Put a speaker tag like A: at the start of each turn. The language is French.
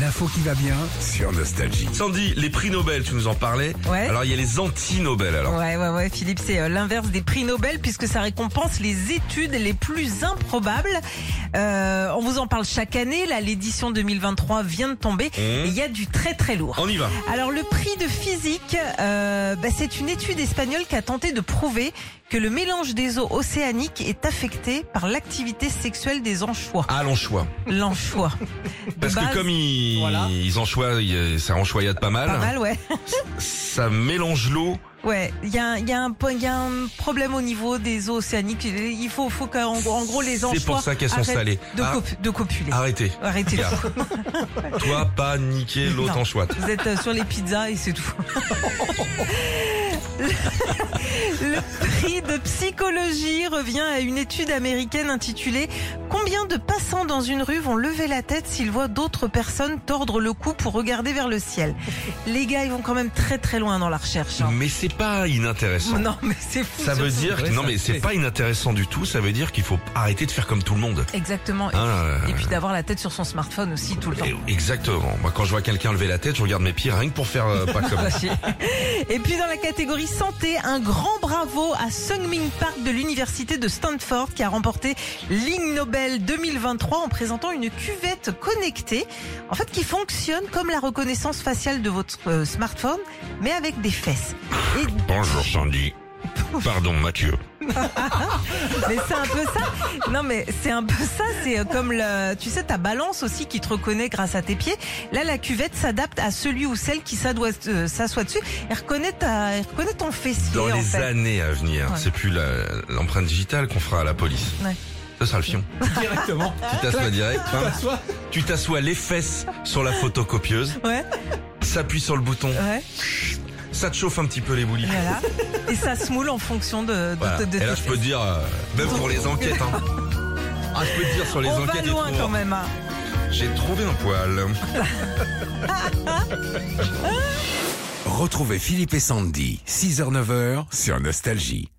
A: L'info qui va bien sur Nostalgie.
B: Sandy, les prix Nobel, tu nous en parlais.
C: Ouais.
B: Alors il y a les anti-Nobel alors.
C: Ouais, ouais, ouais, Philippe, c'est euh, l'inverse des prix Nobel puisque ça récompense les études les plus improbables. Euh, on vous en parle chaque année. Là, l'édition 2023 vient de tomber.
B: Mmh.
C: et Il y a du très très lourd.
B: On y va.
C: Alors, le prix de physique, euh, bah, c'est une étude espagnole qui a tenté de prouver que le mélange des eaux océaniques est affecté par l'activité sexuelle des anchois.
B: Allons choix.
C: L'anchois. De
B: Parce
C: base,
B: que comme Ah ils,
C: voilà.
B: ils enchoient, il- ça enchoyade pas mal,
C: Pas mal, ouais.
B: ça mélange l'eau.
C: Ouais, il y a, un- il y, a un point- il y a un problème au niveau des eaux océaniques. Il faut, faut qu'en en gros les anchois.
B: C'est pour ça qu'elles sont
C: arrêtent
B: salées.
C: De,
B: Ah.
C: cop- de copuler.
B: Arrêtez.
C: Arrêtez.
B: Gars. Toi, pas niquer l'autre
C: Non.
B: anchoite.
C: Vous êtes euh, sur les pizzas et c'est tout. Le prix de psychologie revient à une étude américaine intitulée Combien de passants dans une rue vont lever la tête s'ils voient d'autres personnes tordre le cou pour regarder vers le ciel Les gars, ils vont quand même très très loin dans la recherche. hein.
B: Mais c'est pas inintéressant.
C: Non, mais c'est fou.
B: Mm. Ça veut
C: surtout.
B: dire que, non mais c'est pas inintéressant du tout. Ça veut dire qu'il faut arrêter de faire comme tout le monde.
C: Exactement. Et,
B: Hein,
C: et puis d'avoir la tête sur son smartphone aussi tout le temps.
B: euh, Exactement. Moi, quand je vois quelqu'un lever la tête, je regarde mes pieds rien que pour faire euh, pas comme.
C: Et puis dans la catégorie santé, un grand bravo à Sungmin Park de l'université de Stanford qui a remporté l'Ig Nobel 2023 en présentant une cuvette connectée, en fait qui fonctionne comme la reconnaissance faciale de votre euh, smartphone, mais avec des fesses. Et
B: Bonjour Sandy. Pardon Mathieu.
C: mais c'est un peu ça. Non mais c'est un peu ça. C'est euh, comme le, tu sais ta balance aussi qui te reconnaît grâce à tes pieds. Là la cuvette s'adapte à celui ou celle qui s'adoit- euh, s'assoit dessus. Elle reconnaît ta, elle reconnaît ton fessier
B: Dans
C: en
B: les
C: fait.
B: années à venir,
C: Ouais.
B: c'est plus la- l'empreinte digitale qu'on fera à la police.
C: Ouais. Ah,
B: Ça sera le fion.
D: Directement.
B: Tu t'assois direct. hein.
D: T'assois.
B: Tu t'assois les fesses sur la photocopieuse.
C: Ouais,
B: S'appuie sur le bouton.
C: ouais.
B: Ça te chauffe un petit peu les boulis.
C: Voilà. Et ça se moule en fonction de, de,
B: Voilà.
C: de- de
B: Et là,
C: tes
B: je peux te dire, euh, même pour les enquêtes. hein. Ah, je peux te dire sur les
C: On va
B: enquêtes. j'ai
C: loin
B: trouvé-
C: quand même. hein.
B: J'ai trouvé un poil.
A: Retrouvez Philippe et Sandy, 6h-9h sur Nostalgie.